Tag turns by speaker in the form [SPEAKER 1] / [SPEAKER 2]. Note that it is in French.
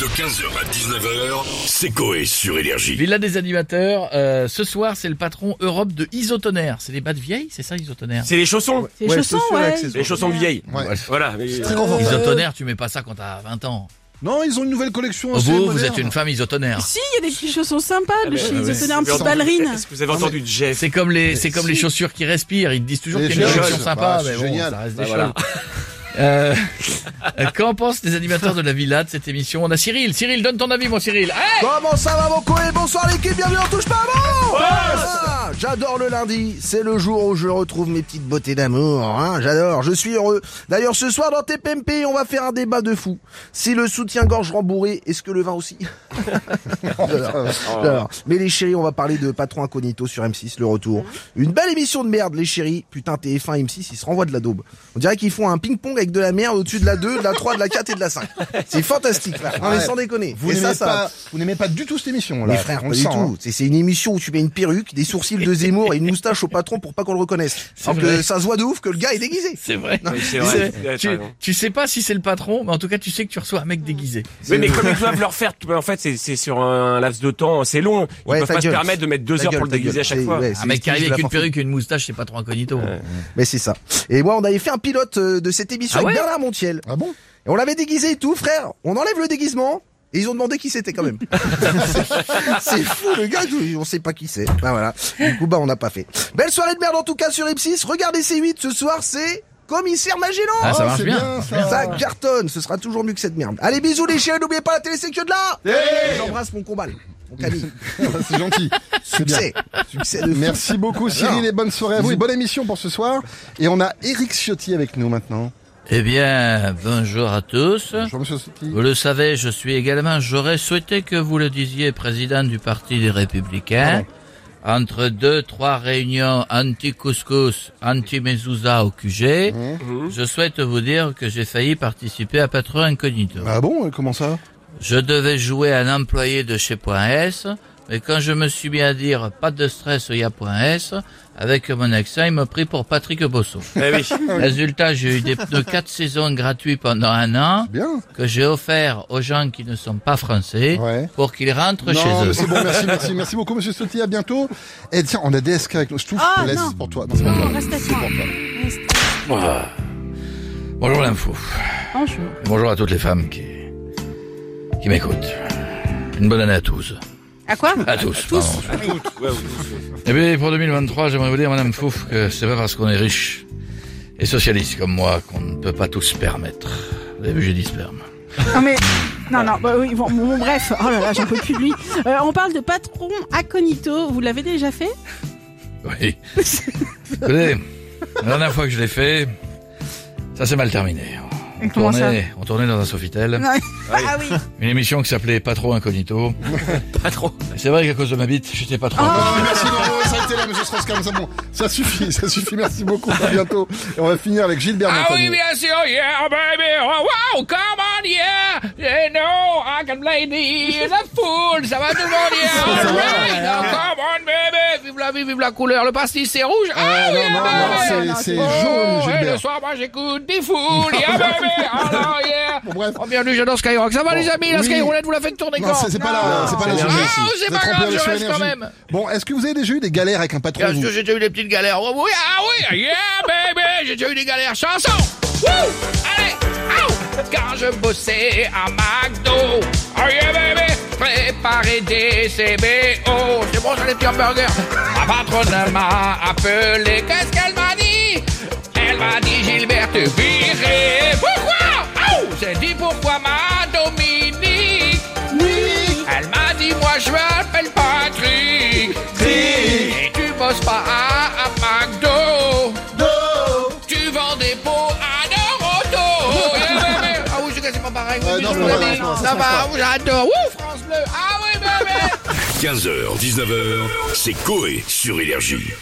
[SPEAKER 1] De 15h à 19h, c'est Coé sur Énergie.
[SPEAKER 2] Villa des animateurs, euh, ce soir c'est le patron Europe de Isotonnerre. C'est des battes vieilles, c'est ça Isotonnerre
[SPEAKER 3] C'est les chaussons.
[SPEAKER 4] C'est les chaussons, ouais.
[SPEAKER 3] Les chaussons vieilles.
[SPEAKER 5] Ouais.
[SPEAKER 3] Voilà. Mais- euh,
[SPEAKER 5] Très confortable.
[SPEAKER 2] Isotonnerre, tu mets pas ça quand t'as 20 ans.
[SPEAKER 5] Non, ils ont une nouvelle collection. assez
[SPEAKER 2] Vous, vous
[SPEAKER 5] moderne.
[SPEAKER 2] êtes une femme isotonnerre.
[SPEAKER 4] Si, il y a des petits chaussons sympas de
[SPEAKER 3] mais-
[SPEAKER 4] chez
[SPEAKER 3] ah,
[SPEAKER 4] les
[SPEAKER 3] ouais.
[SPEAKER 4] Étonnés, un
[SPEAKER 3] Vous avez
[SPEAKER 4] petit
[SPEAKER 3] entendu-
[SPEAKER 4] ballerine.
[SPEAKER 3] Est-ce que vous avez entendu Jeff
[SPEAKER 2] C'est comme les, c'est comme les chaussures qui respirent. Ils te disent toujours
[SPEAKER 5] Les
[SPEAKER 2] qu'il y a une
[SPEAKER 3] choses,
[SPEAKER 2] collection sympa,
[SPEAKER 5] bah,
[SPEAKER 2] mais
[SPEAKER 5] c'est
[SPEAKER 2] bon,
[SPEAKER 5] génial.
[SPEAKER 2] ça reste des
[SPEAKER 3] Bah, voilà.
[SPEAKER 2] choses. Euh, euh, Qu'en pensent les animateurs de la villa de cette émission On a Cyril. Cyril, donne ton avis, mon Cyril. Ah, Hey
[SPEAKER 5] Comment ça va mon coé Bonsoir l'équipe, bienvenue en touche pas bon J'adore le lundi, c'est le jour où je retrouve mes petites beautés d'amour, hein, j'adore, je suis heureux. D'ailleurs ce soir dans TPMP, on va faire un débat de fou. Si le soutien-gorge rembourré, est-ce que le vin aussi J'adore, j'adore. Mais les chéris, on va parler de Patron Incognito sur M6, le retour. Une belle émission de merde les chéris, putain TF1 et M6 ils se renvoient de la daube. On dirait qu'ils font un ping-pong avec de la merde au-dessus de la 2, de la 3, de la 4 et de la 5. C'est fantastique, frère. Non, mais
[SPEAKER 6] Ouais.
[SPEAKER 5] sans déconner.
[SPEAKER 6] Vous
[SPEAKER 5] Et
[SPEAKER 6] n'aimez
[SPEAKER 5] ça, ça-
[SPEAKER 6] pas, vous n'aimez pas du tout cette émission là.
[SPEAKER 5] mais frère, on
[SPEAKER 6] Pas
[SPEAKER 5] le
[SPEAKER 6] du
[SPEAKER 5] sent.
[SPEAKER 6] tout.
[SPEAKER 5] hein. C'est c'est une émission où tu mets une perruque, des sourcils de Zemmour et une moustache au patron pour pas qu'on le reconnaisse.
[SPEAKER 2] C'est
[SPEAKER 5] Alors
[SPEAKER 2] vrai.
[SPEAKER 5] que ça se voit de ouf que le gars est déguisé.
[SPEAKER 2] C'est vrai.
[SPEAKER 3] Oui, C'est
[SPEAKER 2] Tu
[SPEAKER 3] vrai.
[SPEAKER 2] sais,
[SPEAKER 3] Ouais, t'as
[SPEAKER 2] tu,
[SPEAKER 3] raison.
[SPEAKER 2] tu sais pas si c'est le patron, mais en tout cas tu sais que tu reçois un mec déguisé.
[SPEAKER 3] Oui, mais comme ils doivent leur faire, en fait, c'est- c'est sur un laps de temps, c'est long. Ils
[SPEAKER 5] Ouais,
[SPEAKER 3] peuvent
[SPEAKER 5] ta
[SPEAKER 3] pas se
[SPEAKER 5] gueule.
[SPEAKER 3] permettre de mettre deux
[SPEAKER 5] Ta
[SPEAKER 3] heures
[SPEAKER 5] gueule,
[SPEAKER 3] pour le
[SPEAKER 5] ta
[SPEAKER 3] déguiser
[SPEAKER 5] gueule.
[SPEAKER 3] à chaque
[SPEAKER 5] C'est-
[SPEAKER 3] fois.
[SPEAKER 5] ouais, c'est
[SPEAKER 2] Un mec qui
[SPEAKER 5] l'excuse
[SPEAKER 2] arrive
[SPEAKER 5] de la
[SPEAKER 2] avec une
[SPEAKER 5] forfaiture.
[SPEAKER 2] perruque et une moustache, c'est patron incognito.
[SPEAKER 5] Mais c'est ça. Et moi, on avait fait un pilote euh, de cette émission
[SPEAKER 2] Ah
[SPEAKER 5] avec
[SPEAKER 2] ouais
[SPEAKER 5] Bernard Montiel.
[SPEAKER 6] Ah bon
[SPEAKER 5] Et on l'avait déguisé et tout, frère. On enlève le déguisement. Et ils ont demandé qui c'était quand même. c'est fou le gars, on sait pas qui c'est. Bah voilà. Du coup bah on n'a pas fait. Belle soirée de merde en tout cas sur M6. Regardez C8 ce soir, c'est commissaire Magellan.
[SPEAKER 2] Ah, ça
[SPEAKER 6] Oh,
[SPEAKER 2] marche
[SPEAKER 6] c'est
[SPEAKER 2] bien.
[SPEAKER 6] ça.
[SPEAKER 5] Ça cartonne, ce sera toujours mieux que cette merde. Allez, bisous les chiens, n'oubliez pas la télé, c'est que de là J'embrasse mon combat, mon Camille.
[SPEAKER 6] c'est gentil. C'est bien.
[SPEAKER 5] Succès Succès de fou.
[SPEAKER 6] Merci beaucoup Cyril et bonne soirée à vous et bonne émission pour ce soir. Et on a Eric Ciotti avec nous maintenant.
[SPEAKER 2] Eh bien, bonjour à tous.
[SPEAKER 6] Bonjour Monsieur Ciotti.
[SPEAKER 2] Vous le savez, je suis également, j'aurais souhaité que vous le disiez, président du Parti des Républicains.
[SPEAKER 6] Ah
[SPEAKER 2] Entre deux, trois réunions anti-couscous, anti-mezouza au QG,
[SPEAKER 6] Mmh.
[SPEAKER 2] je souhaite vous dire que j'ai failli participer à Patron Incognito.
[SPEAKER 6] Ah bon euh, Comment ça
[SPEAKER 2] Je devais jouer un employé de chez Point S, mais quand je me suis mis à dire pas de stress, il y a Point S, avec mon accent, il me prit pour Patrick Bosso.
[SPEAKER 3] Eh oui.
[SPEAKER 6] Ah
[SPEAKER 2] Résultat, j'ai eu des pneus quatre saisons gratuits pendant un an
[SPEAKER 6] Bien.
[SPEAKER 2] que j'ai offert aux gens qui ne sont pas français
[SPEAKER 6] Ouais.
[SPEAKER 2] pour qu'ils rentrent
[SPEAKER 6] Non, mais
[SPEAKER 2] chez
[SPEAKER 6] c'est
[SPEAKER 2] eux.
[SPEAKER 6] bon, merci, merci, merci beaucoup, monsieur Ciotti, à bientôt. Et tiens, on a DSK avec nous, je trouve, je
[SPEAKER 4] Ah,
[SPEAKER 6] te laisse
[SPEAKER 4] non.
[SPEAKER 6] pour toi. Non, c'est pas toi.
[SPEAKER 4] Oh, Reste avec moi. Reste.
[SPEAKER 2] Bonjour l'info.
[SPEAKER 4] Bonjour.
[SPEAKER 2] Bonjour à toutes les femmes qui, qui m'écoutent. Une bonne année à tous.
[SPEAKER 4] À quoi
[SPEAKER 2] À tous. pardon.
[SPEAKER 3] Ouais, ouais.
[SPEAKER 2] Eh bien, pour 2023, j'aimerais vous dire, Madame Fouf, que c'est pas parce qu'on est riche et socialiste comme moi qu'on ne peut pas tout se permettre. Vous avez vu, j'ai dit sperme.
[SPEAKER 4] Non mais. Non, non, bah oui, bon, bon, bon, bref, oh là là, j'en peux plus de lui. Euh, on parle de patron incognito, vous l'avez déjà fait
[SPEAKER 2] Oui. Écoutez, la dernière fois que je l'ai fait, ça s'est mal terminé.
[SPEAKER 4] Et
[SPEAKER 2] On
[SPEAKER 4] Comment ça
[SPEAKER 2] tournait, on tournait dans un Sofitel,
[SPEAKER 4] Non, Ah oui,
[SPEAKER 2] une émission qui s'appelait Pas trop incognito.
[SPEAKER 3] Pas trop.
[SPEAKER 2] C'est vrai qu'à cause de ma bite, j'étais pas
[SPEAKER 4] Oh.
[SPEAKER 2] trop.
[SPEAKER 6] Ah, merci, non, non, ça a été là, monsieur Strauss-Kahn, c'est bon. Ça suffit, ça suffit, merci beaucoup, à bientôt. Et on va finir avec Gilbert
[SPEAKER 2] Ah oui,
[SPEAKER 6] Montagnier.
[SPEAKER 2] bien sûr, yeah, baby, oh, wow, come on, yeah, you know, I can play the, the fool, ça va tout le monde, yeah, all right, oh, come on, baby, vive la vie, vive la couleur, le pastis, c'est rouge, ah,
[SPEAKER 6] Ah, non,
[SPEAKER 2] yeah,
[SPEAKER 6] non,
[SPEAKER 2] baby.
[SPEAKER 6] non, c'est-
[SPEAKER 4] non,
[SPEAKER 6] c'est
[SPEAKER 2] Oh,
[SPEAKER 6] jaune,
[SPEAKER 2] et le
[SPEAKER 6] Gilbert.
[SPEAKER 2] soir, moi, j'écoute des foules, yeah, baby, alors, yeah.
[SPEAKER 6] Bon, bref.
[SPEAKER 2] Oh, bienvenue, je dans Skyrock, ça va, les amis, la
[SPEAKER 6] oui.
[SPEAKER 2] Skyroulette, vous la faites tourner
[SPEAKER 6] Non,
[SPEAKER 2] quand?
[SPEAKER 6] c'est c'est pas là, c'est pas là.
[SPEAKER 3] l'énergie
[SPEAKER 6] Gilbert.
[SPEAKER 2] ici. Ah, c'est
[SPEAKER 6] Vous
[SPEAKER 2] pas
[SPEAKER 6] êtes
[SPEAKER 2] grave,
[SPEAKER 6] trompé
[SPEAKER 2] je
[SPEAKER 6] sur
[SPEAKER 2] reste quand
[SPEAKER 6] l'énergie.
[SPEAKER 2] même.
[SPEAKER 6] Bon, est-ce que vous avez déjà eu des galères avec un patron
[SPEAKER 2] Bien
[SPEAKER 6] vous
[SPEAKER 2] sûr, j'ai déjà eu des petites galères. Oh, oui, ah oui, yeah, baby, j'ai déjà eu des galères. Chanson! Wouh! Allez! Aou! Quand Ah, je bossais à McDo, oh yeah, baby, préparer des CBO. C'est bon, j'ai les petits hamburgers. Ma patronne m'a appelé. Qu'est-ce qu'elle m'a dit? Elle m'a dit, Gilbert, te virer. Pourquoi? Aou! J'ai dit, pourquoi ma Dominique? Elle m'a dit, moi je m'appelle Patrick. Et tu bosses pas à, à McDo. Tu vends des pots à Doroto. Yeah, bébé. ah oui, je sais que c'est pas pareil. Oui,
[SPEAKER 6] Ouais,
[SPEAKER 2] mais je
[SPEAKER 6] non, non,
[SPEAKER 2] vous
[SPEAKER 6] non,
[SPEAKER 2] l'ai dit.
[SPEAKER 6] non, non,
[SPEAKER 2] ça
[SPEAKER 6] ça
[SPEAKER 2] va,
[SPEAKER 6] marche
[SPEAKER 2] oui, j'adore. Ouh, France Bleu. Ah oui, bébé.
[SPEAKER 1] 15h, 19h, c'est Coé sur Énergie.